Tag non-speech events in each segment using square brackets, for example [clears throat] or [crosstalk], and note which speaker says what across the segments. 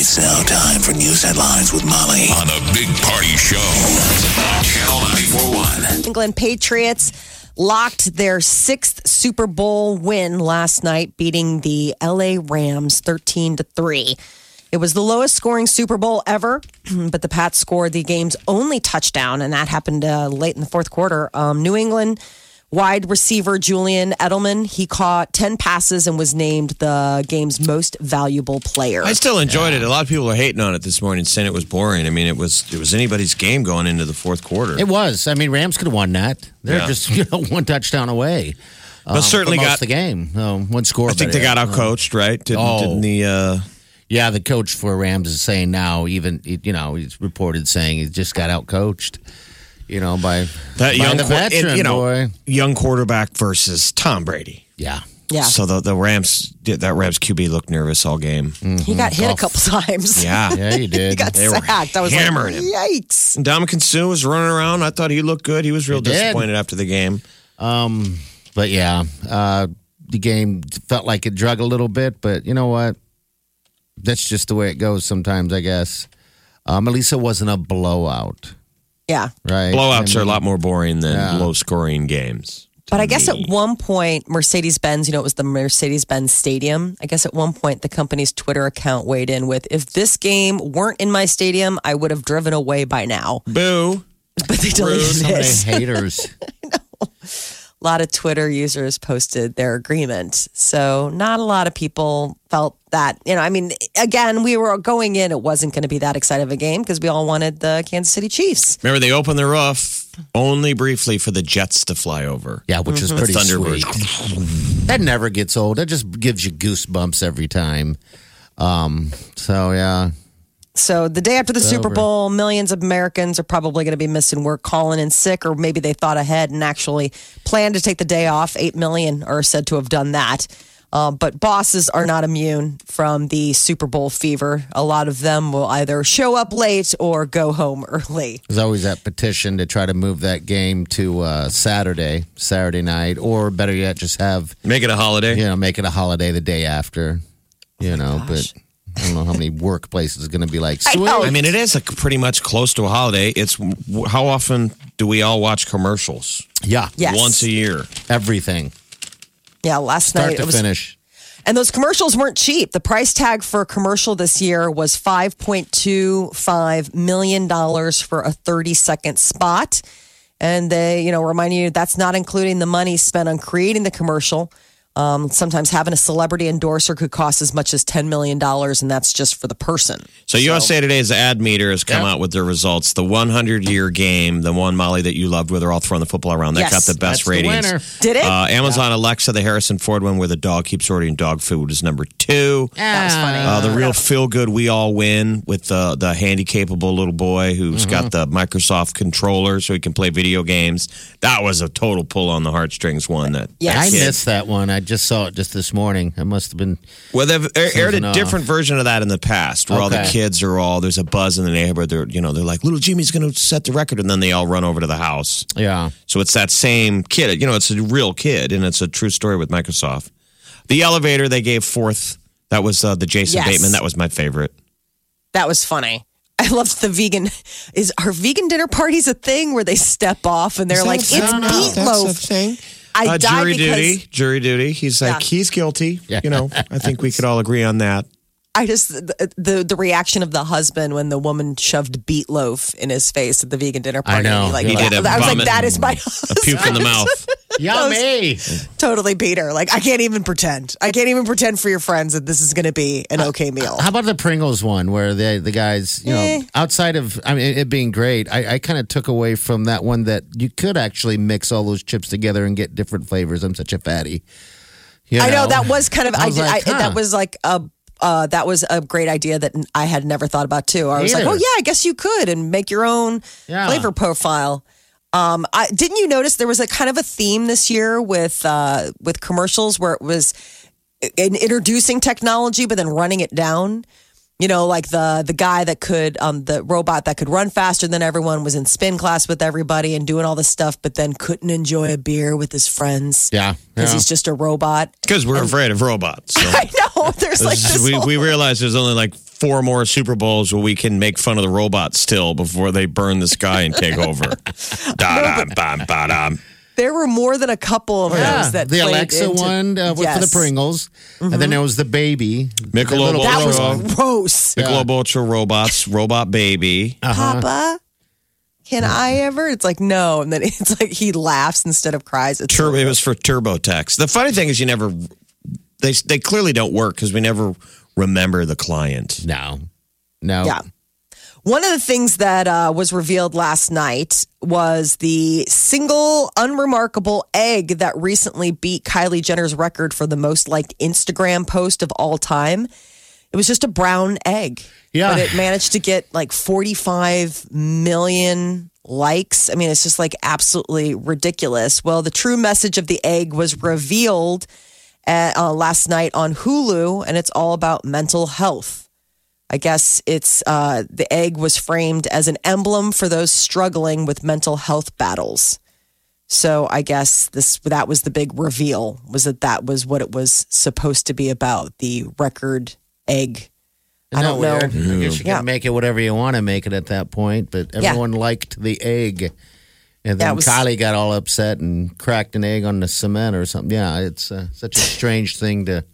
Speaker 1: It's now time for news headlines with Molly on a big party show. Channel 941.
Speaker 2: England Patriots locked their sixth Super Bowl win last night, beating the LA Rams 13 to 3. It was the lowest scoring Super Bowl ever, [clears throat] but the Pats scored the game's only touchdown, and that happened uh, late in the fourth quarter. Um, New England wide receiver Julian Edelman he caught 10 passes and was named the game's most valuable player.
Speaker 3: I still enjoyed it. A lot of people are hating on it this morning, saying it was boring. I mean, it was it was anybody's game going into the fourth quarter.
Speaker 4: It was. I mean, Rams could have won that. They're
Speaker 3: Yeah.
Speaker 4: just [laughs] you know one touchdown away.
Speaker 3: but certainly
Speaker 4: for um, most
Speaker 3: got.
Speaker 4: of the game. Oh, one score.
Speaker 3: I think they got out coached, right? Didn't,
Speaker 4: Oh.
Speaker 3: didn't the uh,
Speaker 4: Yeah, the coach for Rams is saying now. Even you know he's reported saying he just got out coached. You know by
Speaker 3: that
Speaker 4: by
Speaker 3: young
Speaker 4: the
Speaker 3: quar- and,
Speaker 4: veteran
Speaker 3: you know
Speaker 4: boy.
Speaker 3: young quarterback versus Tom Brady? [laughs]
Speaker 4: Yeah.
Speaker 2: yeah,
Speaker 3: So the the Rams did that Rams QB looked nervous all game.
Speaker 2: he got hit a couple [laughs] times.
Speaker 3: Mm-hmm. Yeah.
Speaker 4: Mm. [laughs] Yeah, you
Speaker 2: he
Speaker 4: did.
Speaker 2: got
Speaker 3: They were
Speaker 2: sacked. I was like,
Speaker 3: hammering him.
Speaker 2: yikes.
Speaker 3: Dominican Sue was running around. I thought he looked good. He was real
Speaker 4: He did.
Speaker 3: disappointed after the game.
Speaker 4: Um, but yeah, uh, the game felt like it drug a little bit, but you know what? That's just the way it goes sometimes, I guess. Um, at least it wasn't a blowout,
Speaker 2: Yeah.
Speaker 4: right?
Speaker 3: Blowouts
Speaker 4: I
Speaker 3: are a lot more boring than
Speaker 4: Yeah.
Speaker 3: low scoring games. to
Speaker 2: But I guess
Speaker 3: me.
Speaker 2: at one point, Mercedes Benz, you know, it was the Mercedes Benz Stadium. I guess at one point, the company's Twitter account weighed in with if this game weren't in my stadium, I would have driven away by now. [laughs]
Speaker 3: boo.
Speaker 2: But they deleted
Speaker 4: mean,
Speaker 2: this.
Speaker 4: haters.
Speaker 2: A lot of Twitter users posted their agreement. So not a lot of people felt that, you know, I mean, again, we were going in, it wasn't going to be that exciting of a game because we all wanted the Kansas City Chiefs.
Speaker 3: Remember, they opened the roof only briefly for the jets to fly over.
Speaker 4: Yeah, which
Speaker 2: Mm-hmm.
Speaker 4: is pretty
Speaker 3: Thunderbirds.
Speaker 4: sweet. That never gets old. That just gives you goosebumps every time. Um, so yeah,
Speaker 2: So the day after the Super
Speaker 4: over.
Speaker 2: Bowl, millions of Americans are probably going to be missing work, calling in sick, or maybe they thought ahead and actually planned to take the day off. Eight million are said to have done that. Uh, but bosses are not immune from the Super Bowl fever. A lot of them will either show up late or go home early.
Speaker 4: there's always that petition to try to move that game to uh, Saturday, Saturday night, or better yet, just have
Speaker 3: Make it a holiday.
Speaker 4: you know, make it a holiday the day after. You know,
Speaker 2: Oh gosh.
Speaker 4: but I don't know how many workplaces are going to be like.
Speaker 2: I know.
Speaker 3: I mean, it is a, pretty much close to a holiday. It's w- how often do we all watch commercials?
Speaker 4: Yeah,
Speaker 2: Yes.
Speaker 3: Once a year.
Speaker 4: everything
Speaker 2: Yeah, last
Speaker 4: start
Speaker 2: night
Speaker 4: to
Speaker 2: it was
Speaker 4: finish.
Speaker 2: And those commercials weren't cheap. The price tag for a commercial this year was $5.25 million for a 30 second spot. And they, you know, remind you that's not including the money spent on creating the commercial. Um, sometimes having a celebrity endorser could cost as much as $10 million, and that's just for the person.
Speaker 3: So, USA Today's ad meter has come out with their results. The 100 year game, the one Molly that you loved, where they're all throwing the football around, that
Speaker 2: Yes.
Speaker 3: got the best
Speaker 4: That's the
Speaker 3: ratings.
Speaker 4: winner.
Speaker 2: Did it?
Speaker 3: Uh, Amazon Alexa, the Harrison Ford one, where the dog keeps ordering dog food, is number two.
Speaker 2: that
Speaker 4: Ah,
Speaker 2: was funny.
Speaker 3: Uh, the real feel good we all win with the the handy capable little boy who's got
Speaker 2: Mm-hmm.
Speaker 3: the Microsoft controller so he can play video games. That was a total pull on the heartstrings one. That
Speaker 2: Yes.
Speaker 4: I
Speaker 3: that kid-
Speaker 4: missed that one. I just saw it just this morning. I must have been.
Speaker 3: Well, they've air- aired a
Speaker 4: Something off.
Speaker 3: different version of that in the past, where all the
Speaker 4: Okay.
Speaker 3: kids are all there's a buzz in the neighborhood. They're you know they're like little Jimmy's going to set the record, and then they all run over to the house.
Speaker 2: [laughs]
Speaker 4: Yeah,
Speaker 3: So it's that same kid. You know, it's a real kid, and it's a true story with Microsoft. The elevator they gave fourth. That was uh, the Jason
Speaker 2: Yes.
Speaker 3: Bateman. That was my favorite.
Speaker 2: That was funny. [laughs] I loved the vegan. Is are vegan dinner parties a thing where they step off and they're like, it's meatloaf?
Speaker 3: thing.
Speaker 2: I
Speaker 3: uh,
Speaker 2: die
Speaker 3: jury
Speaker 2: because
Speaker 3: duty. Jury duty. He's like he's guilty. You know, I think we could all agree on that.
Speaker 2: I just the, the the reaction of the husband when the woman shoved beet loaf in his face at the vegan dinner party.
Speaker 4: I know.
Speaker 2: Like,
Speaker 3: [laughs] He did a
Speaker 2: I was like,
Speaker 3: vomit.
Speaker 2: that is my
Speaker 3: A puke in the mouth.
Speaker 4: yummy.
Speaker 2: [laughs] totally beat her. Like I can't even pretend. I can't even pretend for your friends that this is going to be an okay meal.
Speaker 4: How about the Pringles one where the the guys, you
Speaker 2: Eh.
Speaker 4: know, outside of I mean it being great, I, I kind of took away from that one that you could actually mix all those chips together and get different flavors. I'm such a fatty. You
Speaker 2: I know that was kind of I,
Speaker 4: [laughs] I was
Speaker 2: did,
Speaker 4: like,
Speaker 2: I,
Speaker 4: huh.
Speaker 2: that was like a uh, that was a great idea that I had never thought about too. I was like, oh
Speaker 4: Neither.
Speaker 2: yeah, I guess you could and make your own
Speaker 4: Yeah.
Speaker 2: flavor profile. Um, I, didn't you notice there was a kind of a theme this year with uh, with commercials where it was in introducing technology but then running it down. You know, like the the guy that could um, the robot that could run faster than everyone was in spin class with everybody and doing all this stuff, but then couldn't enjoy a beer with his friends
Speaker 4: Yeah.
Speaker 2: because
Speaker 4: yeah.
Speaker 2: he's just a robot.
Speaker 3: Because we're afraid of robots. So.
Speaker 2: [laughs] I know. There's like
Speaker 3: This
Speaker 2: this
Speaker 3: is- we,
Speaker 2: whole-
Speaker 3: we realize there's only like four more Super Bowls where we can make fun of the robots still before they burn the sky and take over.
Speaker 2: [laughs]
Speaker 3: da dum bam ba dum.
Speaker 2: There were more than a couple of those that
Speaker 4: the
Speaker 2: played
Speaker 4: Alexa
Speaker 2: into-
Speaker 4: one uh, was for the
Speaker 2: Yes. Mm-hmm.
Speaker 4: Pringles, and then there was the baby the
Speaker 3: Michelob
Speaker 4: little
Speaker 2: That was
Speaker 4: girl.
Speaker 3: Ultra.
Speaker 2: gross,
Speaker 3: The Global Ultra Robots, Robot Baby.
Speaker 2: Papa. Can I ever? It's like no, and then it's like he laughs instead of cries. It's
Speaker 3: Tur- it was for TurboTax. The funny thing is, you never, they, they clearly don't work because we never remember the client.
Speaker 4: No, no.
Speaker 2: Yeah. One of the things that uh, was revealed last night was the single unremarkable egg that recently beat Kylie Jenner's record for the most liked Instagram post of all time. It was just a brown egg.
Speaker 4: Yeah.
Speaker 2: But it managed to get like 45 million likes. I mean, it's just like absolutely ridiculous. Well, the true message of the egg was revealed at, uh, last night on Hulu, and it's all about mental health. I guess it's uh, the egg was framed as an emblem for those struggling with mental health battles. So I guess this that was the big reveal was that that was what it was supposed to be about the record egg. I
Speaker 4: Isn't
Speaker 2: don't know. Mm-hmm.
Speaker 4: that weird? I guess you
Speaker 2: Yeah.
Speaker 4: can make it whatever you want to make it at that point, but
Speaker 2: Yeah.
Speaker 4: everyone liked the egg. And then
Speaker 2: That was-
Speaker 4: Kylie got all upset and cracked an egg on the cement or something. Yeah, it's uh, such a strange thing
Speaker 2: [laughs]
Speaker 4: to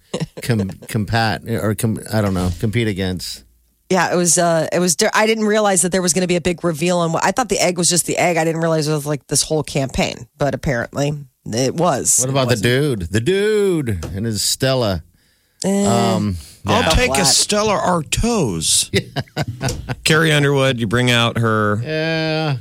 Speaker 4: com- compat or com- I don't know compete against.
Speaker 2: Yeah, it was. Uh, it was. I didn't realize that there was going to be a big reveal on. what I thought the egg was just the egg. I didn't realize it was like this whole campaign, but apparently it was.
Speaker 4: What about the dude? The dude and his Stella.
Speaker 2: Eh,
Speaker 4: Um,
Speaker 3: I'll take a
Speaker 2: What?
Speaker 3: Stella Artois. Carrie Underwood, you bring out her.
Speaker 4: yeah.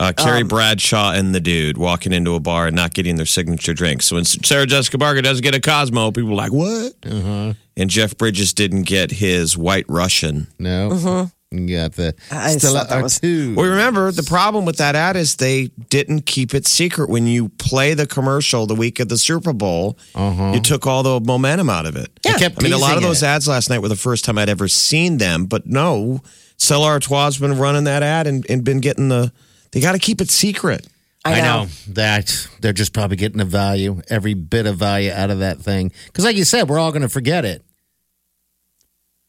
Speaker 3: Uh, Carrie Bradshaw and the dude walking into a bar and not getting their signature drink. So when Sarah Jessica Parker doesn't get a Cosmo, people are like, what? And Jeff Bridges didn't get his White Russian.
Speaker 4: No. You got the
Speaker 2: Mm-hmm. I just
Speaker 4: Stella
Speaker 2: thought that was-
Speaker 4: Artois.
Speaker 3: Well, remember, the problem with that ad is they didn't keep it secret. When you play the commercial the week of the Super Bowl, you took all the momentum out of it.
Speaker 4: Uh-huh. They Yeah. kept
Speaker 3: I mean, a lot of
Speaker 4: teasing
Speaker 3: those
Speaker 4: it.
Speaker 3: ads last night were the first time I'd ever seen them, but no, Stella Artois has been running that ad and, and been getting the, they got to keep it secret.
Speaker 4: I know. that they're just probably getting a value, every bit of value out of that thing. Because, like you said, we're all going to forget it.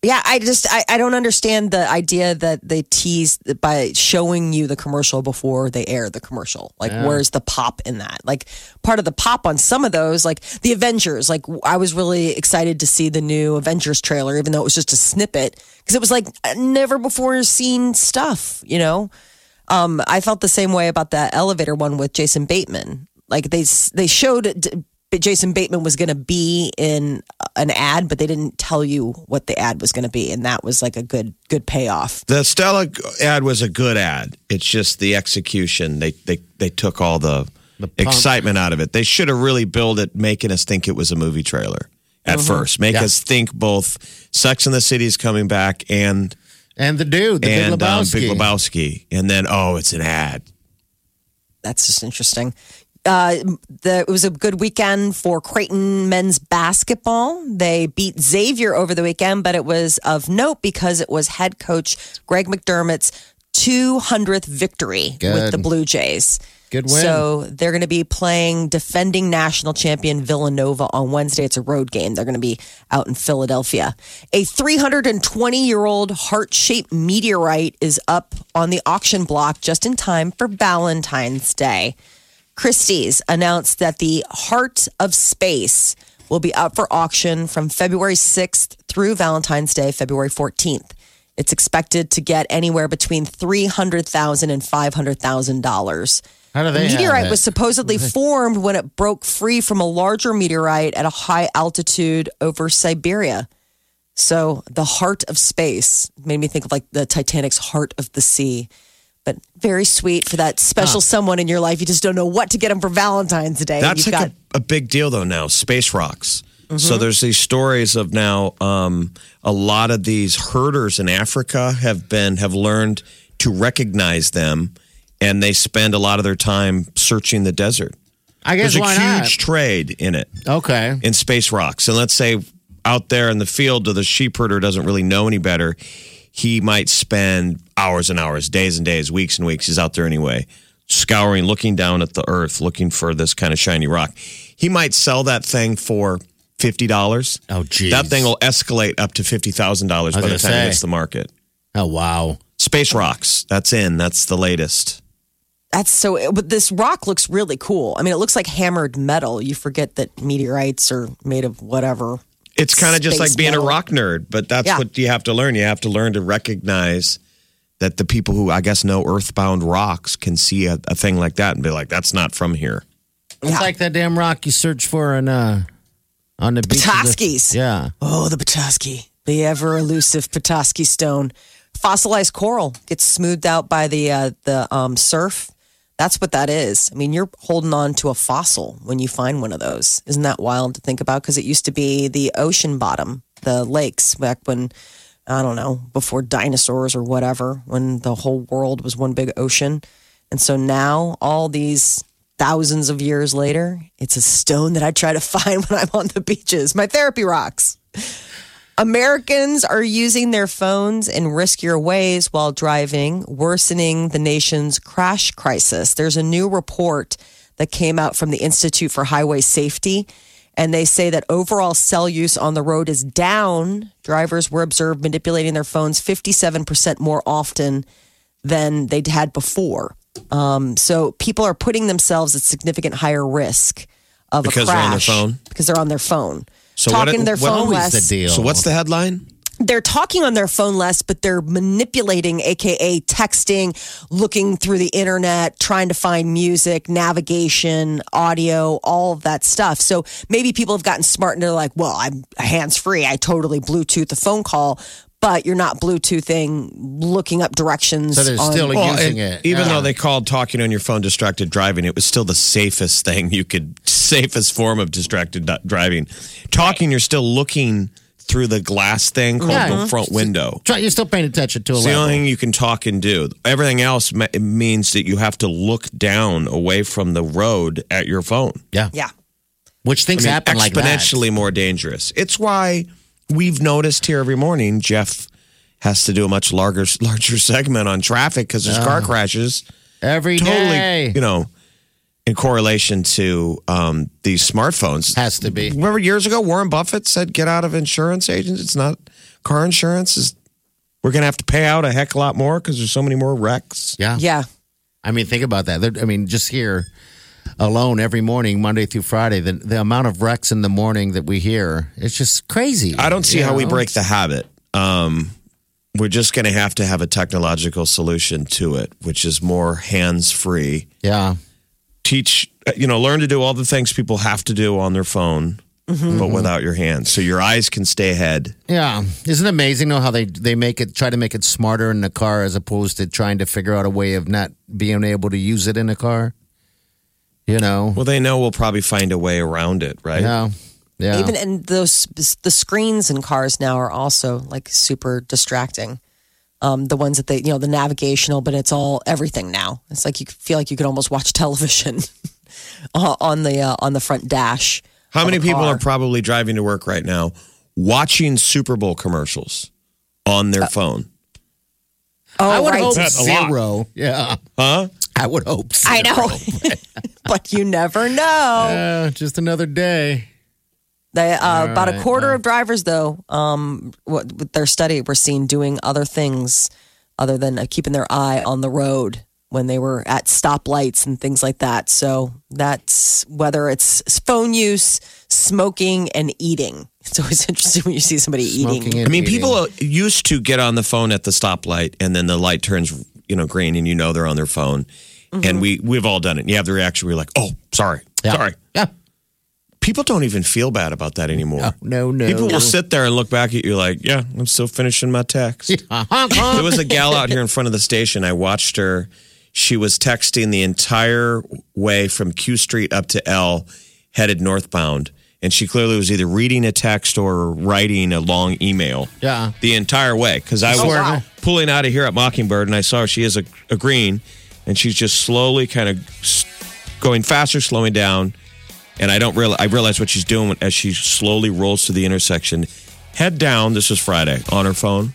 Speaker 2: Yeah, I just I, I don't understand the idea that they tease by showing you the commercial before they air the commercial. Like, where's the pop in that? Like, part of the pop on some of those, like the Avengers. Like, I was really excited to see the new Avengers trailer, even though it was just a snippet, because it was like never before seen stuff. You know, um, I felt the same way about that elevator one with Jason Bateman. Like they they showed d- Jason Bateman was going to be in an ad, but they didn't tell you what the ad was going to be, and that was like a good good payoff.
Speaker 3: The Stella ad was a good ad. It's just the execution. They they they took all the, excitement out of it. They should have really built it, making us think it was a movie trailer at first. Make
Speaker 4: Uh-huh. Yeah.
Speaker 3: us think both Sex and the City is coming back and
Speaker 4: And the dude, the
Speaker 3: and
Speaker 4: Big
Speaker 3: um,
Speaker 4: Lebowski.
Speaker 3: Big Lebowski, and then oh, it's an ad.
Speaker 2: That's just interesting. Uh, the, it was a good weekend for Creighton men's basketball. They beat Xavier over the weekend, but it was of note because it was head coach Greg McDermott's 200th victory with
Speaker 4: Good.
Speaker 2: the Blue Jays.
Speaker 4: Good win.
Speaker 2: So they're going to be playing defending national champion Villanova on Wednesday. It's a road game. They're going to be out in Philadelphia. A 320 year old heart shaped meteorite is up on the auction block just in time for Valentine's Day. Christie's announced that the Heart of Space will be up for auction from February 6th through Valentine's Day, February 14th. It's expected to get anywhere between $300,000 and $500,000.
Speaker 4: How
Speaker 2: The
Speaker 4: do they have
Speaker 2: meteorite
Speaker 4: it?
Speaker 2: was supposedly formed when it broke free from a larger meteorite at a high altitude over Siberia. So, the heart of space made me think of like the Titanic's heart of the sea. But very sweet for that special someone in your life. You just don't know what to get them for Valentine's Day.
Speaker 3: That's
Speaker 2: You've
Speaker 3: like
Speaker 2: got Mm-hmm.
Speaker 3: a, a big deal though now. Space rocks. So there's these stories of now um, a lot of these herders in Africa have been have learned to recognize them, and they spend a lot of their time searching the desert.
Speaker 4: I guess
Speaker 3: There's a
Speaker 4: why
Speaker 3: huge trade in it
Speaker 4: not? Okay.
Speaker 3: in space rocks. And let's say out there in the field, the sheep herder doesn't really know any better. He might spend hours and hours, days and days, weeks and weeks. He's out there anyway, scouring, looking down at the earth, looking for this kind of shiny rock. He might sell that thing for fifty dollars.
Speaker 4: Oh, geez.
Speaker 3: That thing will escalate up to fifty thousand dollars by the
Speaker 4: I
Speaker 3: time
Speaker 4: was
Speaker 3: it
Speaker 4: gonna
Speaker 3: hits
Speaker 4: say.
Speaker 3: the market.
Speaker 4: Oh wow.
Speaker 3: Space rocks. That's in. That's the latest.
Speaker 2: That's so. But this rock looks really cool. I mean, it looks like hammered metal. You forget that meteorites are made of whatever.
Speaker 3: It's kind of just
Speaker 2: Space
Speaker 3: like being
Speaker 2: metal.
Speaker 3: a rock nerd, but that's
Speaker 2: Yeah.
Speaker 3: what you have to learn. You have to learn to recognize that the people who I guess know earthbound rocks can see a, a thing like that and be like, "That's not from here."
Speaker 4: It's
Speaker 2: Yeah.
Speaker 4: like that damn rock you search for in uh on the beach. of the-
Speaker 2: Petoskey's.
Speaker 4: Yeah.
Speaker 2: Oh, the Petoskey, the ever elusive Petoskey stone, fossilized coral gets smoothed out by the uh, the um, surf. That's what that is. I mean, you're holding on to a fossil when you find one of those. Isn't that wild to think about? Because it used to be the ocean bottom, the lakes back when I don't know before dinosaurs or whatever, when the whole world was one big ocean. And so now, all these thousands of years later, it's a stone that I try to [laughs] find when I'm on the beaches. My therapy rocks. Americans are using their phones in riskier ways while driving, worsening the nation's crash crisis. There's a new report that came out from the Institute for Highway Safety, and they say that overall cell use on the road is down. Drivers were observed manipulating their phones 57% more often than they'd had before. Um, so people are putting themselves at significant higher risk of
Speaker 3: Because
Speaker 2: a
Speaker 3: they're on their
Speaker 2: crash
Speaker 3: phone?
Speaker 2: because they're on their phone.
Speaker 3: So what-
Speaker 2: talking to their
Speaker 3: what
Speaker 2: phone
Speaker 4: Always
Speaker 2: less
Speaker 4: the deal.
Speaker 3: So, what's the headline?
Speaker 2: they're talking on their phone less, but they're manipulating, aka texting, looking through the internet, trying to find music, navigation, audio, all of that stuff. So maybe people have gotten smart and they're like, well, I'm hands free. I totally Bluetooth a phone call, but you're not Bluetoothing looking up directions.
Speaker 4: So they're
Speaker 2: on-
Speaker 4: still using
Speaker 3: and
Speaker 4: it.
Speaker 3: Even
Speaker 4: Yeah.
Speaker 3: though they called talking on your phone distracted driving, it was still the safest thing you could, [laughs] safest form of distracted di- driving. Talking, you're still looking through the glass thing called
Speaker 4: Yeah.
Speaker 3: the front
Speaker 2: Mm-hmm.
Speaker 3: window.
Speaker 4: Try, you're still paying attention to a
Speaker 3: It's the
Speaker 4: level.
Speaker 3: only thing you can talk and do. Everything else ma- means that you have to look down away from the road at your phone.
Speaker 4: yeah.
Speaker 2: yeah.
Speaker 4: Which things
Speaker 3: I mean,
Speaker 4: happen like that.
Speaker 3: exponentially more dangerous. It's why we've noticed here every morning Jeff has to do a much larger larger [laughs] segment on traffic because there's car crashes.
Speaker 4: Oh. Every day.
Speaker 3: Totally, you know, in correlation to um, these smartphones.
Speaker 4: Has to be.
Speaker 3: Remember years ago, Warren Buffett said, "Get out of insurance agents. It's not car insurance is." We're going to have to pay out a heck of a lot more because there's so many more wrecks.
Speaker 4: Yeah.
Speaker 2: Yeah.
Speaker 4: I mean, think about that. There- I mean, just here alone every morning, Monday through Friday, the, the amount of wrecks in the morning that we hear, it's just crazy.
Speaker 3: I don't see how we break the habit. Um, we're just going to have to have a technological solution to it, which is more hands free.
Speaker 4: Yeah.
Speaker 3: Teach, you know, learn to do all the things people have to do on their phone, but without your hands. So your eyes can stay ahead.
Speaker 4: Yeah. Isn't it amazing though how they they make it try to make it smarter in the car as opposed to trying to figure out a way of not being able to use it in a car? You know?
Speaker 3: Well, they know we'll probably find a way around it, right?
Speaker 4: Yeah. Yeah.
Speaker 2: Even and those the screens in cars now are also like super distracting. Um, the ones that they you know the navigational, but it's all everything now. It's like you feel like you could almost watch [laughs] television uh, on the uh, on the front dash.
Speaker 3: How
Speaker 2: of
Speaker 3: many
Speaker 2: a
Speaker 3: people
Speaker 2: car.
Speaker 3: are probably driving to work right now watching Super Bowl commercials on their phone?
Speaker 2: Oh,
Speaker 4: I would
Speaker 2: right.
Speaker 4: hope
Speaker 3: That's a lot.
Speaker 4: zero. Yeah.
Speaker 3: Huh?
Speaker 4: I would hope so.
Speaker 2: I know, [laughs] but you never know.
Speaker 4: Yeah, just another day.
Speaker 2: They, uh, about a quarter of drivers, though, um, what, with their study, were seen doing other things other than uh, keeping their eye on the road when they were at stoplights and things like that. So that's whether it's phone use, smoking, and eating. It's always [laughs] interesting when you see somebody eating.
Speaker 4: Smoking and
Speaker 3: I mean,
Speaker 4: eating.
Speaker 3: people uh, used to get on the phone at the stoplight, and then the light turns, you know, green, and you know they're on their phone. And we we've all done it. And you have the reaction where you're like, "Oh, sorry,
Speaker 4: Yeah.
Speaker 3: sorry."
Speaker 4: Yeah.
Speaker 3: People don't even feel bad about that anymore.
Speaker 4: No, no.
Speaker 3: People will sit there and look back at you like, "Yeah, I'm still finishing my text."
Speaker 4: Uh,
Speaker 3: [laughs]
Speaker 4: honk, honk.
Speaker 3: there was a gal out here in front of the station. I watched her. She was texting the entire way from Q Street up to L, headed northbound. and she clearly was either reading a text or writing a long email.
Speaker 4: Yeah.
Speaker 3: the entire way because I was
Speaker 4: wow.
Speaker 3: pulling out of here at Mockingbird, and I saw she is a, a green, and she's just slowly kind of s- going faster, slowing down, and I don't realize I realize what she's doing as she slowly rolls to the intersection, head down. This is Friday on her phone.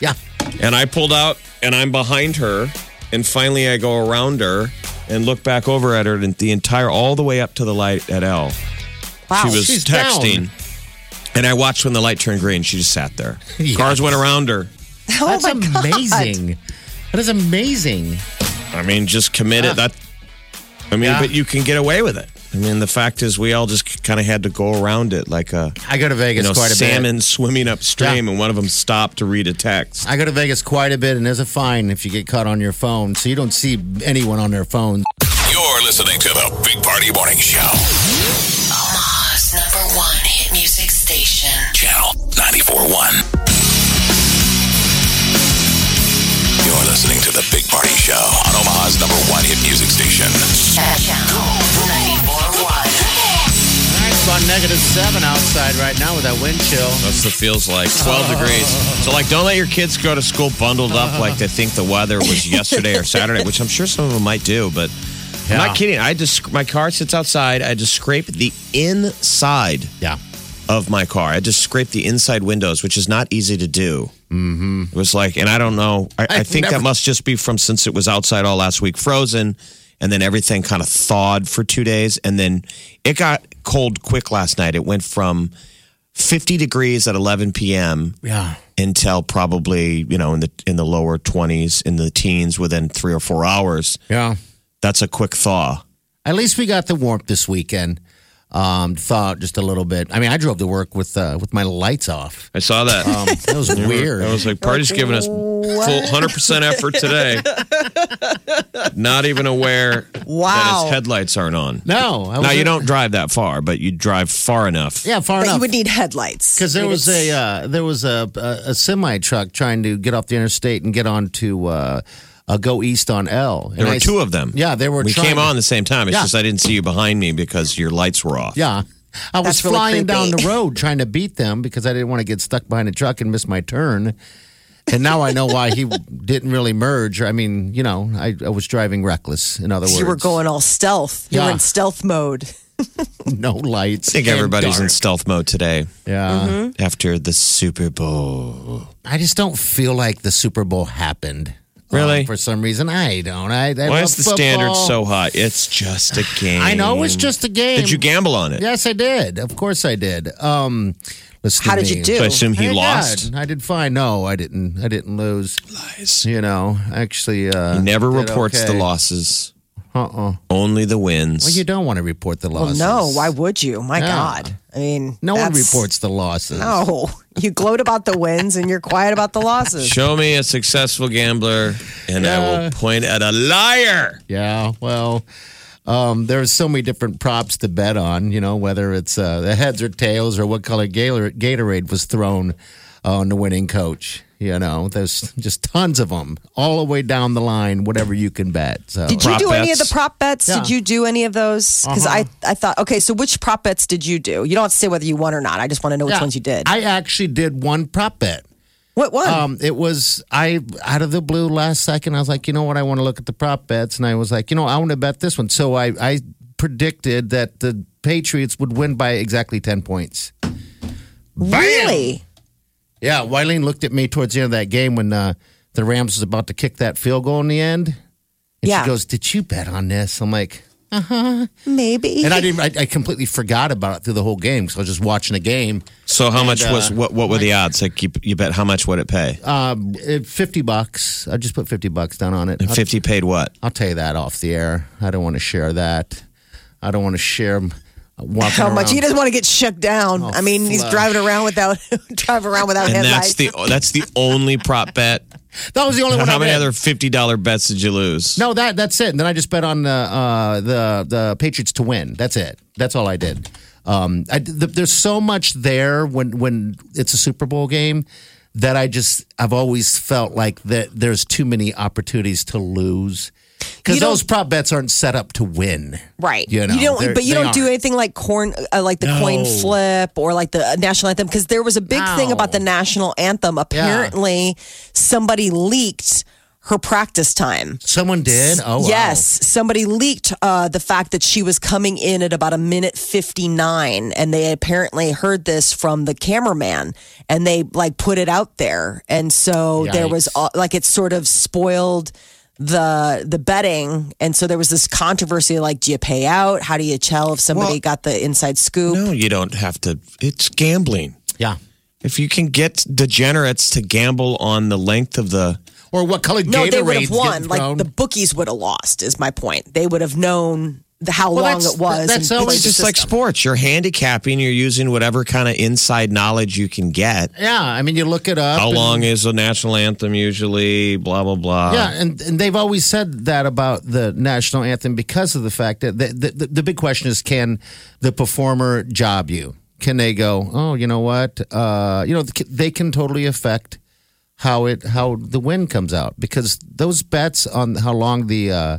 Speaker 4: Yeah.
Speaker 3: And I pulled out and I'm behind her. And finally, I go around her and look back over at her and the entire, all the way up to the light at L.
Speaker 2: Wow.
Speaker 3: She was
Speaker 4: she's
Speaker 3: texting. And I watched when the light turned green. She just sat
Speaker 4: [laughs]
Speaker 3: there.
Speaker 4: Yes.
Speaker 3: Cars went around her.
Speaker 2: Oh
Speaker 4: That's
Speaker 2: my God.
Speaker 4: amazing. That is amazing.
Speaker 3: I mean, just committed. That. I mean,
Speaker 4: Yeah.
Speaker 3: but you can get away with it. I mean, the fact is, we all just kind of had to go around it like a
Speaker 4: I go to
Speaker 3: you
Speaker 4: Vegas
Speaker 3: know
Speaker 4: quite a
Speaker 3: salmon
Speaker 4: bit.
Speaker 3: swimming upstream, and one of them stopped to read a text.
Speaker 4: I go to Vegas quite a bit, and there's a fine if you get caught on your phone. So you don't see anyone on their phone.
Speaker 1: You're listening to the Big Party Morning Show.
Speaker 5: Omaha's number one hit music station.
Speaker 1: Channel 94.1. You're listening to the Big Party Show on Omaha's number one hit music station.
Speaker 5: Channel 94.1.
Speaker 4: All right, it's about negative seven outside right now with that wind chill.
Speaker 3: That's what it feels like. 12 degrees. So, like, don't let your kids go to school bundled up like they think the weather was yesterday or Saturday, which I'm sure some of them might do, but I'm
Speaker 4: Yeah.
Speaker 3: not kidding. I just, my car sits outside. I just scrape the inside
Speaker 4: Yeah.
Speaker 3: of my car. I just scrape the inside windows, which is not easy to do. Mm-hmm. It was like, and I don't know. I, I
Speaker 4: I've
Speaker 3: think that
Speaker 4: never-
Speaker 3: must just be from since it was outside all last week, frozen, and then everything kind of thawed for two days, and then it got cold quick last night. It went from 50 degrees at 11 p.m.
Speaker 4: Yeah.
Speaker 3: until probably you know in the in the lower 20s, in the teens within three or four hours.
Speaker 4: Yeah.
Speaker 3: That's a quick thaw.
Speaker 4: At least we got the warmth this weekend. Um, thaw out just a little bit. I mean, I drove to work with uh, with my lights off.
Speaker 3: I saw [laughs] that.
Speaker 4: Um, that was weird.
Speaker 3: I was like, party's giving us full 100% effort today. Not even aware that
Speaker 2: Wow.
Speaker 3: his headlights aren't on.
Speaker 4: no, I
Speaker 3: Now,
Speaker 4: was-
Speaker 3: you don't drive that far, but you drive far enough.
Speaker 4: Yeah, far
Speaker 2: But
Speaker 4: enough.
Speaker 2: you would need headlights.
Speaker 4: Because there
Speaker 2: I mean,
Speaker 4: was
Speaker 2: it's-
Speaker 4: a uh, there was a, a, a semi truck trying to get off the interstate and get on to uh, uh, go east on L.
Speaker 3: There
Speaker 4: And
Speaker 3: were
Speaker 4: I-
Speaker 3: two of them.
Speaker 4: Yeah, they were.
Speaker 3: We
Speaker 4: trying
Speaker 3: came
Speaker 4: to-
Speaker 3: on the same time. It's
Speaker 4: Yeah.
Speaker 3: just I didn't see you behind me because your lights were off.
Speaker 4: Yeah, I was
Speaker 2: That's really
Speaker 4: flying down
Speaker 2: creepy.
Speaker 4: the road trying to beat them because I didn't want to get stuck behind a truck and miss my turn. And now I know why
Speaker 2: [laughs]
Speaker 4: he didn't really merge. I mean, you know, I, I was driving reckless. In other words,
Speaker 2: You were going all stealth. You were
Speaker 4: Yeah.
Speaker 2: in stealth mode.
Speaker 4: [laughs] no lights.
Speaker 3: I think everybody's in stealth mode today
Speaker 4: Yeah,
Speaker 2: Mm-hmm.
Speaker 3: after the Super Bowl.
Speaker 4: I just don't feel like the Super Bowl happened.
Speaker 3: Really?
Speaker 4: Um, for some reason, I don't. I, I
Speaker 3: Why
Speaker 4: love
Speaker 3: is the
Speaker 4: football.
Speaker 3: standard so high? It's just a game.
Speaker 4: I know it's just a game.
Speaker 3: Did you gamble on it?
Speaker 4: Yes, I did. Of course, I did. Um, listen to
Speaker 2: How did you
Speaker 4: me.
Speaker 2: do?
Speaker 3: So I assume he
Speaker 4: I did
Speaker 3: lost.
Speaker 4: good. I did fine. No, I didn't. I didn't lose.
Speaker 3: Lies.
Speaker 4: You know, actually, uh,
Speaker 3: He never
Speaker 4: did
Speaker 3: reports
Speaker 4: okay.
Speaker 3: the losses,
Speaker 4: Uh uh
Speaker 3: only the wins.
Speaker 4: Well, you don't want to report the
Speaker 2: Well,
Speaker 4: losses.
Speaker 2: no, why would you? My
Speaker 4: Yeah.
Speaker 2: God. I mean,
Speaker 4: No one
Speaker 2: that's-
Speaker 4: reports the losses.
Speaker 2: No, Oh, you gloat about the wins and you're quiet about the losses.
Speaker 3: Show me a successful gambler, and I will point at a liar.
Speaker 4: Yeah. Well. Um, there's so many different props to bet on, you know, whether it's uh, the heads or tails or what color Gator- Gatorade was thrown on the winning coach. You know, there's just tons of them all the way down the line, whatever you can bet. So
Speaker 2: Did you
Speaker 3: Prop
Speaker 2: do any of the
Speaker 3: bets.
Speaker 2: prop bets? Did
Speaker 4: Yeah. Uh-huh.
Speaker 2: you do any of those? Because I, I thought, okay, so which prop bets did you do? You don't have to say whether you won or not. I just want to know which
Speaker 4: Yeah.
Speaker 2: ones you did.
Speaker 4: I actually did one prop bet.
Speaker 2: what one?
Speaker 4: Um, it was I out of the blue last second. I was like, you know what? I want to look at the prop bets, and I was like, you know, I want to bet this one. So I I predicted that the Patriots would win by exactly ten points.
Speaker 2: really?
Speaker 4: Yeah, Wileen looked at me towards the end of that game when uh, the Rams was about to kick that field goal in the end. And
Speaker 2: Yeah.
Speaker 4: she goes, "Did you bet on this?" I'm like,
Speaker 2: Maybe.
Speaker 4: and I didn't. I, I completely forgot about it through the whole game because I was just watching a game.
Speaker 3: So, how much
Speaker 4: uh,
Speaker 3: was what? What were the odds? Like you, you bet how much would it pay?
Speaker 4: Um, it- fifty bucks. I just put fifty bucks down on it.
Speaker 3: and Fifty paid what?
Speaker 4: I'll tell you that off the air. I don't want to share that. I don't want to share m- walking
Speaker 2: How much?
Speaker 4: around. Oh,
Speaker 2: He doesn't want to get shut down. I mean, he's
Speaker 4: flush.
Speaker 2: driving around without [laughs] driving around without
Speaker 3: And
Speaker 2: headlights.
Speaker 3: that's the that's the only prop
Speaker 4: [laughs]
Speaker 3: bet.
Speaker 4: That was the only one.
Speaker 3: How
Speaker 4: I
Speaker 3: many
Speaker 4: did.
Speaker 3: other fifty dollar bets did you lose?
Speaker 4: No, that that's it. And then I just bet on the uh, the the Patriots to win. That's it. That's all I did. Um, I, th- there's so much there when when it's a Super Bowl game that I just I've always felt like that there's too many opportunities to lose. Because
Speaker 2: You don't-
Speaker 4: those prop bets aren't set up to win.
Speaker 2: Right.
Speaker 4: You know, they're-
Speaker 2: don't, but you
Speaker 4: they
Speaker 2: don't do
Speaker 4: aren't.
Speaker 2: anything like corn, uh, like the coin
Speaker 4: No.
Speaker 2: flip or like the national anthem. Cause there was a big thing
Speaker 4: No.
Speaker 2: about the national anthem. Apparently somebody leaked her practice time.
Speaker 4: Someone did? Oh, wow.
Speaker 2: yes. Somebody leaked uh, the fact that she was coming in at about a minute 59. And they apparently heard this from the cameraman and they like put it out there. And so there was
Speaker 4: Yikes.
Speaker 2: all, like it sort of spoiled the the betting and so there was this controversy like do you pay out how do you tell if somebody
Speaker 3: Well-
Speaker 2: got the inside scoop
Speaker 3: No, you don't have to. It's gambling.
Speaker 4: Yeah.
Speaker 3: If you can get degenerates to gamble on the length of the
Speaker 4: Or what color
Speaker 2: No, they would
Speaker 4: Gatorade's
Speaker 2: have
Speaker 4: getting
Speaker 2: won like
Speaker 4: thrown?
Speaker 2: the bookies would have lost is my point they would have known the, how
Speaker 4: Well,
Speaker 2: long
Speaker 4: that's-
Speaker 2: it was
Speaker 4: that's
Speaker 2: and
Speaker 4: always
Speaker 2: it's
Speaker 3: It's just like sports. You're handicapping. You're using whatever kind of inside knowledge you can get.
Speaker 4: yeah. I mean, you look it up.
Speaker 3: How
Speaker 4: and-
Speaker 3: long is the national anthem usually? Blah blah blah.
Speaker 4: Yeah, and, and they've always said that about the national anthem because of the fact that the, the, the, the big question is can the performer job you? Can they go, oh, you know what? Uh, you know, they can totally affect how it how the win comes out because those bets on how long the uh,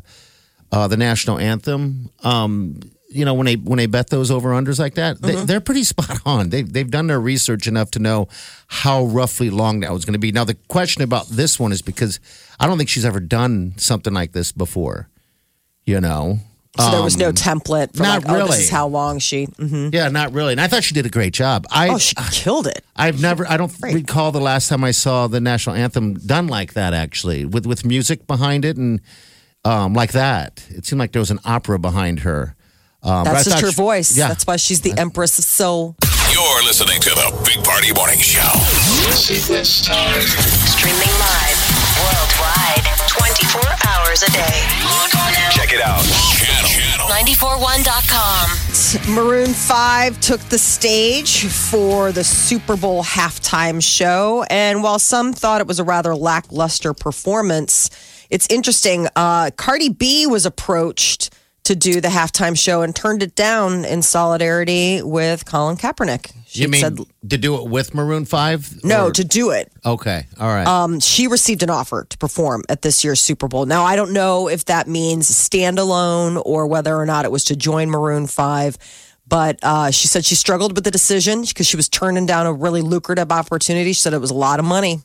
Speaker 4: uh, the national anthem, um, you know, when they when they bet those over unders like that,
Speaker 2: Mm-hmm.
Speaker 4: they, they're pretty [laughs] spot on. They they've done their research enough to know how roughly long that was going to be. Now the question about this one is because I don't think she's ever done something like this before. You know,
Speaker 2: so there was no template for
Speaker 4: Um, not
Speaker 2: like, oh, this
Speaker 4: really.
Speaker 2: is how long she mhm.
Speaker 4: yeah, not really. And I thought she did a great job. I
Speaker 2: oh she killed it
Speaker 4: I've never. I don't recall the last time I saw the national anthem done like that. Actually, with with music behind it and um, like that, it seemed like there was an opera behind her. Um, but I
Speaker 2: that's just
Speaker 4: thought
Speaker 2: her
Speaker 4: she-
Speaker 2: voice
Speaker 4: Yeah,
Speaker 2: that's why she's the empress of soul
Speaker 1: You're listening to the Big Party Morning Show.
Speaker 5: Streaming live worldwide 24 hours a day. Log on now.
Speaker 1: Check it out. Channel.
Speaker 5: 941.com.
Speaker 2: Maroon 5 took the stage for the Super Bowl halftime show. And while some thought it was a rather lackluster performance, it's interesting. Uh, Cardi B was approached to do the halftime show and turned it down in solidarity with Colin Kaepernick. She
Speaker 4: you mean
Speaker 2: said
Speaker 4: to do it with Maroon Five?
Speaker 2: no
Speaker 4: Or-
Speaker 2: to do it.
Speaker 4: okay, all right.
Speaker 2: Um, she received an offer to perform at this year's Super Bowl. Now, I don't know if that means standalone or whether or not it was to join Maroon 5, but uh, she said she struggled with the decision because she was turning down a really lucrative opportunity. She said it was a lot of money.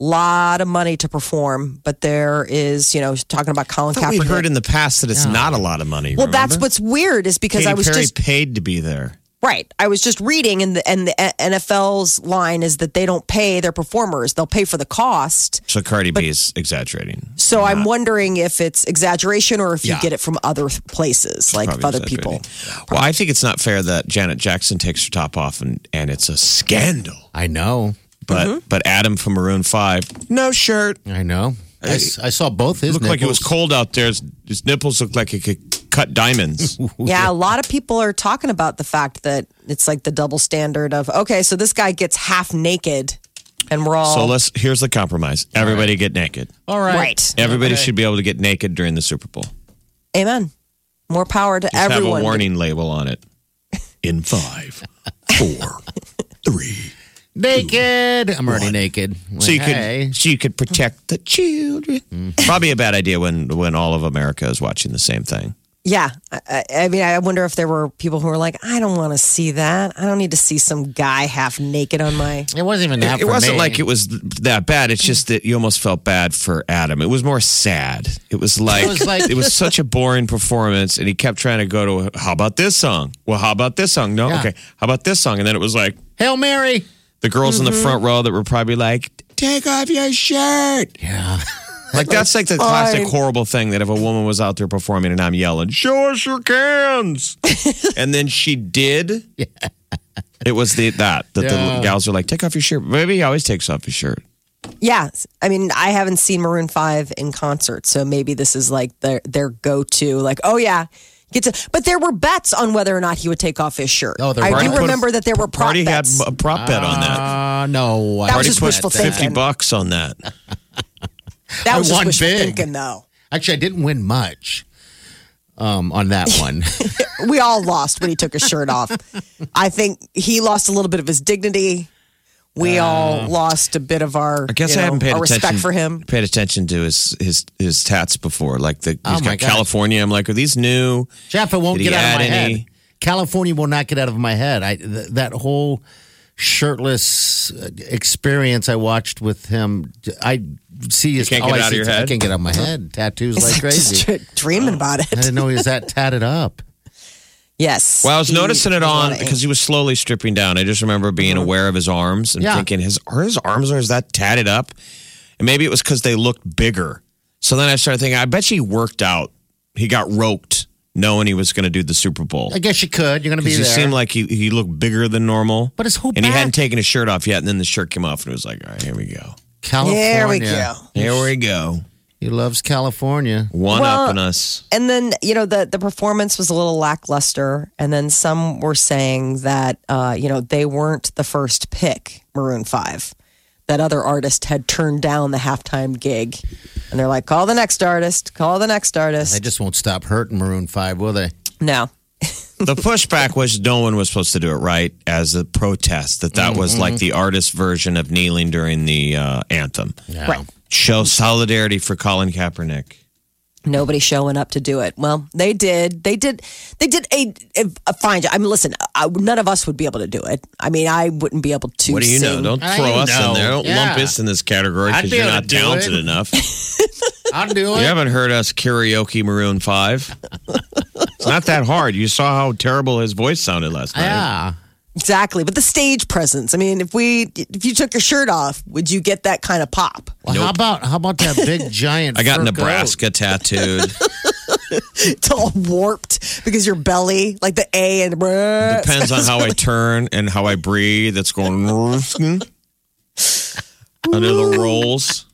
Speaker 2: Lot of money to perform, but there is, you know, talking about Colin
Speaker 3: I thought we'd
Speaker 2: Kaepernick.
Speaker 3: heard in the past that it's not a lot of money.
Speaker 2: well,
Speaker 3: remember?
Speaker 2: that's what's weird is because
Speaker 3: Katy
Speaker 2: I was
Speaker 3: Perry
Speaker 2: just
Speaker 3: paid to be there.
Speaker 2: Right. I was just reading, and the, and the NFL's line is that they don't pay their performers; they'll pay for the cost.
Speaker 3: So Cardi B is exaggerating.
Speaker 2: So I'm wondering if it's exaggeration or if you
Speaker 4: Yeah.
Speaker 2: get it from other th- places, like
Speaker 3: Probably
Speaker 2: other people.
Speaker 3: exaggerating. Well, I think it's not fair that Janet Jackson takes her top off and, and it's a scandal.
Speaker 4: I know,
Speaker 3: But
Speaker 2: Mm-hmm.
Speaker 3: but Adam from Maroon Five, no shirt.
Speaker 4: I know. I, s- I saw both his.
Speaker 3: Looked like it was
Speaker 4: nipples.
Speaker 3: cold out there. His, his nipples looked like he could cut diamonds.
Speaker 2: Yeah, a lot of people are talking about the fact that it's like the double standard of okay, so this guy gets half naked, and we're all
Speaker 3: So let's here's the compromise. Everybody get naked.
Speaker 4: All right.
Speaker 2: right.
Speaker 3: Everybody should be able to get naked during the Super Bowl.
Speaker 2: Amen. More power to
Speaker 3: Just
Speaker 2: everyone.
Speaker 3: have a warning label on it. In five,
Speaker 4: [laughs]
Speaker 3: four, three.
Speaker 4: Naked. I'm already naked.
Speaker 3: So you
Speaker 4: Hey.
Speaker 3: could so you could protect the children.
Speaker 4: Mm-hmm.
Speaker 3: Probably a bad idea when when all of America is watching the same thing.
Speaker 2: Yeah, I, I- I mean, I wonder if there were people who were like, I don't want to see that. I don't need to see some guy half naked on my.
Speaker 4: It wasn't even that.
Speaker 3: It
Speaker 4: for
Speaker 3: wasn't
Speaker 4: me.
Speaker 3: like it was th- that bad. It's just that you almost felt bad for Adam. It was more sad. It was like it was,
Speaker 4: was like-
Speaker 3: such a boring performance, and he kept trying to go to how about this song? Well, how about this song? No,
Speaker 4: Yeah.
Speaker 3: okay, how about this song? And then it was like
Speaker 4: Hail Mary.
Speaker 3: the girls
Speaker 2: Mm-hmm.
Speaker 3: in the front row that were probably like, "Take off your shirt."
Speaker 4: Yeah.
Speaker 3: [laughs] Like that's like the classic horrible thing that if a woman was out there performing and I'm yelling, "Show us your
Speaker 2: [laughs]
Speaker 3: cans," and then she did. It was the that that the
Speaker 4: Yeah.
Speaker 3: gals are like, "Take off your shirt." Maybe he always takes off his shirt.
Speaker 2: Yeah, I mean, I haven't seen Maroon Five in concert, so maybe this is like their their go to. Like, oh yeah, get to. But there were bets on whether or not he would take off his shirt.
Speaker 4: Oh, there
Speaker 2: I
Speaker 4: were.
Speaker 2: do
Speaker 4: Party put-
Speaker 2: remember that there were prop
Speaker 3: Party had
Speaker 2: bets.
Speaker 3: a prop bet on that.
Speaker 4: Uh, no. I
Speaker 2: That was
Speaker 3: Party
Speaker 2: just
Speaker 3: put
Speaker 2: wishful
Speaker 3: fifty
Speaker 2: thinking.
Speaker 3: bucks on that.
Speaker 2: that was
Speaker 4: I
Speaker 2: just
Speaker 4: won
Speaker 2: wishful
Speaker 4: big.
Speaker 2: thinking, though.
Speaker 4: Actually, I didn't win much um, on
Speaker 2: [laughs]
Speaker 4: that one.
Speaker 2: We
Speaker 3: [laughs]
Speaker 2: all lost when he took his shirt off. I think he lost a little bit of his dignity. we all lost a bit of our.
Speaker 3: Uh, I guess
Speaker 2: you
Speaker 3: I haven't
Speaker 2: know,
Speaker 3: paid
Speaker 2: our
Speaker 3: attention.
Speaker 2: respect for him.
Speaker 3: Paid attention to his his his tats before. Like the he's
Speaker 4: Oh, my
Speaker 3: got
Speaker 4: God.
Speaker 3: California. I'm like, are these new?
Speaker 4: Jeff, it won't
Speaker 3: Did he
Speaker 4: get out of my
Speaker 3: add any-
Speaker 4: head. California will not get out of my head. I th- that whole shirtless uh, experience I watched with him. I see his.
Speaker 3: can't get
Speaker 4: all I
Speaker 3: it out of
Speaker 4: see
Speaker 3: your
Speaker 4: is- I
Speaker 3: head?
Speaker 4: can't get it out of my head. Tattoos like
Speaker 2: [laughs] Just
Speaker 4: crazy.
Speaker 2: dreaming about
Speaker 4: I
Speaker 2: it.
Speaker 4: didn't know he was that tatted up.
Speaker 2: Yes.
Speaker 3: Well, I was
Speaker 2: He-
Speaker 3: noticing it
Speaker 2: there's a lot
Speaker 3: on
Speaker 2: of
Speaker 3: because he was slowly stripping down. I just remember being aware of his arms and
Speaker 4: Uh-huh. Yeah.
Speaker 3: thinking, his are his arms or is that tatted up? And maybe it was because they looked bigger. So then I started thinking, I bet you he worked out. He got roped, knowing he was going to do the Super Bowl.
Speaker 4: I guess you could. You're going to be
Speaker 3: Because he
Speaker 4: there.
Speaker 3: seemed like he, he looked bigger than normal.
Speaker 4: But his whole
Speaker 3: And he
Speaker 4: back-
Speaker 3: hadn't taken his shirt off yet. And then the shirt came off and it was like, all right, here we go.
Speaker 4: California.
Speaker 2: There we go.
Speaker 3: Here we go.
Speaker 4: He loves California.
Speaker 3: One
Speaker 2: Well-
Speaker 3: up on us.
Speaker 2: and then you know the the performance was a little lackluster and then some were saying that uh, you know they weren't the first pick maroon 5 that other artist had turned down the halftime gig and they're like call the next artist call the next
Speaker 4: They
Speaker 2: artist
Speaker 4: just won't stop hurting Maroon Five, will they?
Speaker 2: no
Speaker 3: the pushback was no one was supposed to do it right as a protest that that was like the artist version of kneeling during the uh, anthem
Speaker 4: Yeah.
Speaker 2: Right.
Speaker 3: show solidarity for colin kaepernick
Speaker 2: nobody showing up to do it well they did they did they did a, a, a fine job i mean listen I, none of us would be able to do it i mean i wouldn't be able to
Speaker 3: what do you know
Speaker 2: sing.
Speaker 3: don't
Speaker 4: I
Speaker 3: throw us
Speaker 4: know.
Speaker 3: in there don't lump
Speaker 4: Yeah.
Speaker 3: us in this category
Speaker 4: I'd
Speaker 3: because
Speaker 4: be
Speaker 3: you're
Speaker 4: able
Speaker 3: not
Speaker 4: to do
Speaker 3: talented
Speaker 4: it. [laughs]
Speaker 3: enough
Speaker 4: I'll do
Speaker 3: [laughs] you
Speaker 4: it.
Speaker 3: haven't heard us karaoke maroon 5 it's not that hard you saw how terrible his voice sounded last night
Speaker 4: Yeah.
Speaker 2: Exactly, but the stage presence. I mean, if we if you took your shirt off, would you get that kind of pop?
Speaker 4: Well, how about how about that
Speaker 3: [laughs]
Speaker 4: big giant?
Speaker 3: i got
Speaker 4: fur coat?
Speaker 3: nebraska tattooed
Speaker 4: [laughs]
Speaker 2: [laughs] It's all warped because your belly, like the A and
Speaker 3: depends on how i turn and how i breathe it's going [laughs] under the rolls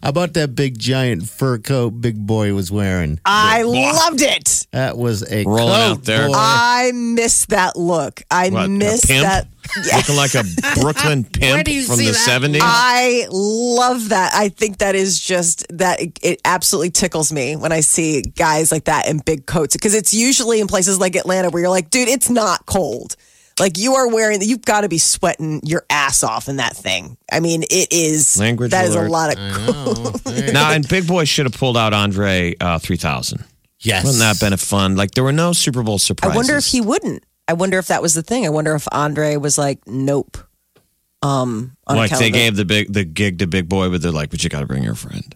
Speaker 4: How about that big giant fur coat Big Boy was wearing?
Speaker 2: I loved it.
Speaker 4: That was a
Speaker 3: Rolling
Speaker 4: coat,
Speaker 3: out there. Oh.
Speaker 4: boy.
Speaker 2: I miss that look. I
Speaker 3: What, a
Speaker 2: miss
Speaker 3: pimp?
Speaker 2: that. Yeah,
Speaker 3: [laughs] looking like a
Speaker 2: [laughs]
Speaker 3: Brooklyn
Speaker 4: Where
Speaker 3: pimp
Speaker 4: do you
Speaker 3: from
Speaker 4: see
Speaker 3: the
Speaker 4: that?
Speaker 3: seventies.
Speaker 2: Ah. I love that. I think that is just that it, it absolutely tickles me when I see guys like that in big coats because it's usually in places like Atlanta where you're like, dude, it's not cold. Like you are wearing, you've got to be sweating your ass off in that thing. I mean, it is
Speaker 3: Language
Speaker 2: That is
Speaker 3: alert.
Speaker 2: a lot of
Speaker 4: Oh,
Speaker 3: [laughs] Now, and Big Boy should have pulled out Andre uh, three thousand.
Speaker 4: yes.
Speaker 3: Wouldn't that have been a fun? Like there were no Super Bowl surprises.
Speaker 2: I wonder if he wouldn't. I wonder if that was the thing. I wonder if Andre was like, nope. Um, on
Speaker 3: like
Speaker 2: account
Speaker 3: they
Speaker 2: of the-
Speaker 3: gave the big the gig to Big Boy, but they're like, "But you got to bring your friend.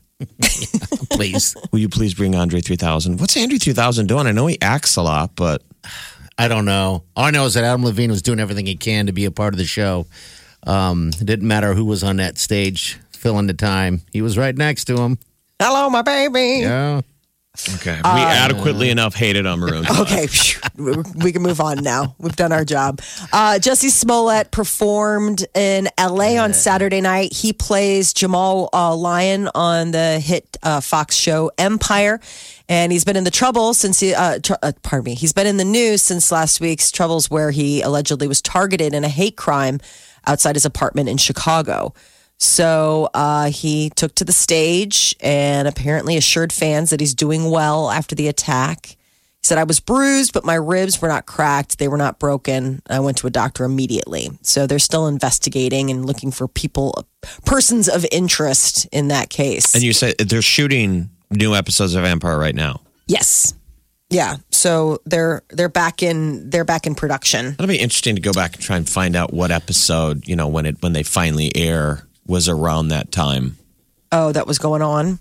Speaker 4: please?
Speaker 3: Will you please bring Andre three thousand? What's Andre three thousand doing? I know he acts a lot, but
Speaker 4: I don't know. All I know is that Adam Levine was doing everything he can to be a part of the show. Um, it didn't matter who was on that stage filling the time. He was right next to him.
Speaker 2: hello, my baby.
Speaker 4: Yeah.
Speaker 3: okay, we
Speaker 2: Uh,
Speaker 3: adequately enough hated
Speaker 2: [laughs]
Speaker 3: on Maroon.
Speaker 2: Okay, phew. we can move on now. We've done our job. Uh, Jesse Smollett performed in LA on Saturday night. He plays Jamal uh, Lyon on the hit uh, Fox show Empire, and he's been in the trouble since he. Uh, tr- uh, pardon me. He's been in the news since last week's troubles, where he allegedly was targeted in a hate crime outside his apartment in Chicago. So uh, he took to the stage and apparently assured fans that he's doing well after the attack. He said, I was bruised, but my ribs were not cracked. They were not broken. I went to a doctor immediately. So they're still investigating and looking for people, persons of interest in that case.
Speaker 3: And you say they're shooting new episodes of Empire right now.
Speaker 2: yes. Yeah. So they're they're back in they're back in production.
Speaker 3: That'll be interesting to go back and try and find out what episode you know when it when they finally air was around that time.
Speaker 2: Oh, that was going on.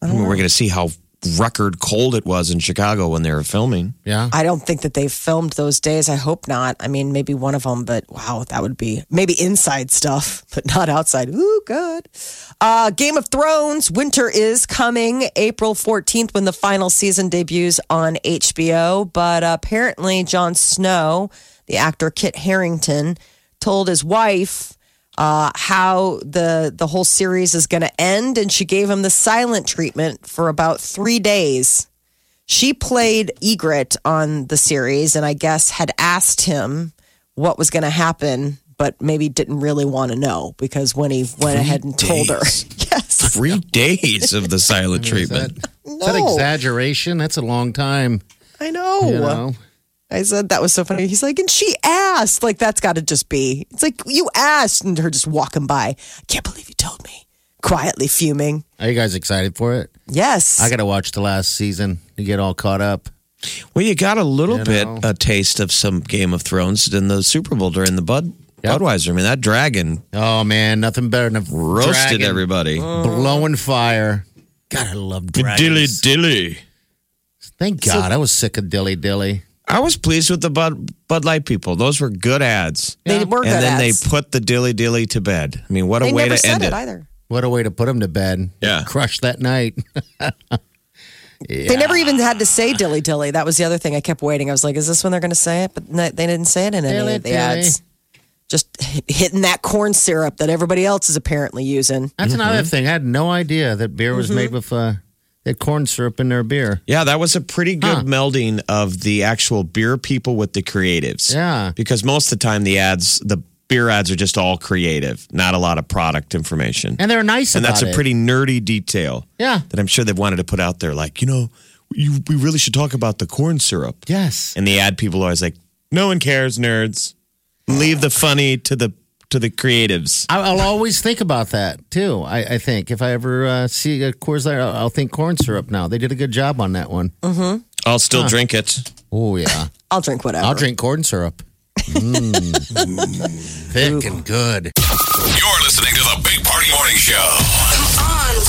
Speaker 3: I mean, we're going to see how record cold it was in Chicago when they were filming.
Speaker 4: Yeah.
Speaker 2: I don't think that they filmed those days. I hope not. I mean, maybe one of them, but wow, that would be maybe inside stuff, [laughs] but not outside. Ooh, God. Uh, Game of Thrones, winter is coming April 14th when the final season debuts on HBO. But apparently, Jon Snow, the actor Kit Harrington, told his wife uh, how the the whole series is going to end, and she gave him the silent treatment for about three days. She played Egret on the series, and I guess had asked him what was going to happen, but maybe didn't really want to know because when he went ahead and told her, [laughs] yes,
Speaker 3: Three days of the silent
Speaker 4: [laughs] Is that,
Speaker 3: treatment.
Speaker 4: is that exaggeration? That's a long time.
Speaker 2: I know.
Speaker 4: You know?
Speaker 2: I said that was so funny. He's like, and she asked. Like that's got to just be. It's like you asked, and her just walking by. I can't believe you told me. Quietly fuming.
Speaker 4: Are you guys excited for it?
Speaker 2: Yes.
Speaker 4: I got to watch the last season to get all caught up.
Speaker 3: Well, you got a little
Speaker 4: You
Speaker 3: bit
Speaker 4: know.
Speaker 3: a taste of some Game of Thrones in the Super Bowl during the Bud
Speaker 4: Yep.
Speaker 3: Budweiser. I mean, that dragon
Speaker 4: Oh man, nothing better than a
Speaker 3: roasted
Speaker 4: dragon Oh,
Speaker 3: everybody.
Speaker 4: blowing fire. God, I love dragons.
Speaker 3: dilly.
Speaker 4: Thank God, I was sick of dilly dilly.
Speaker 3: I was pleased with the Bud Bud Light people. Those were good ads.
Speaker 2: they were
Speaker 3: and
Speaker 2: good
Speaker 3: then
Speaker 2: ads.
Speaker 3: they put the dilly dilly to bed. I mean, what a
Speaker 2: They
Speaker 3: way
Speaker 2: never
Speaker 3: to
Speaker 2: said
Speaker 3: end it.
Speaker 2: either.
Speaker 4: What a way to put him to bed.
Speaker 3: Yeah.
Speaker 4: crush that night. [laughs]
Speaker 2: They never even had to say dilly dilly. That was the other thing I kept waiting. I was like, is this when they're going to say it? But no, they didn't say it in any
Speaker 4: Dilly
Speaker 2: of the
Speaker 4: dilly.
Speaker 2: ads. Just h- hitting that corn syrup that everybody else is apparently using.
Speaker 4: That's
Speaker 3: Mm-hmm.
Speaker 4: another thing. I had no idea that beer was made with uh, that corn syrup in their beer.
Speaker 3: Yeah, that was a pretty good
Speaker 4: Huh.
Speaker 3: melding of the actual beer people with the creatives.
Speaker 4: Yeah.
Speaker 3: Because most of the time the ads, the beer ads are just all creative, not a lot of product information.
Speaker 4: And they're nice.
Speaker 3: And that's a
Speaker 4: about it.
Speaker 3: pretty nerdy detail.
Speaker 4: Yeah.
Speaker 3: That I'm sure they've wanted to put out there like, you know, you, we really should talk about the corn syrup.
Speaker 4: yes.
Speaker 3: And the ad people are always like, no one cares, nerds. Leave the funny to the to the creatives.
Speaker 4: I- I'll always think about that too. I, I think if I ever uh, see a Coors Light, I'll, I'll think corn syrup. Now they did a good job on that one.
Speaker 3: I'll still drink it.
Speaker 4: Oh yeah,
Speaker 2: I'll drink whatever.
Speaker 4: I'll drink
Speaker 3: [laughs]
Speaker 4: corn syrup. Mm. Thick and good.
Speaker 1: You're listening to the Big Party Morning Show.
Speaker 5: Come on,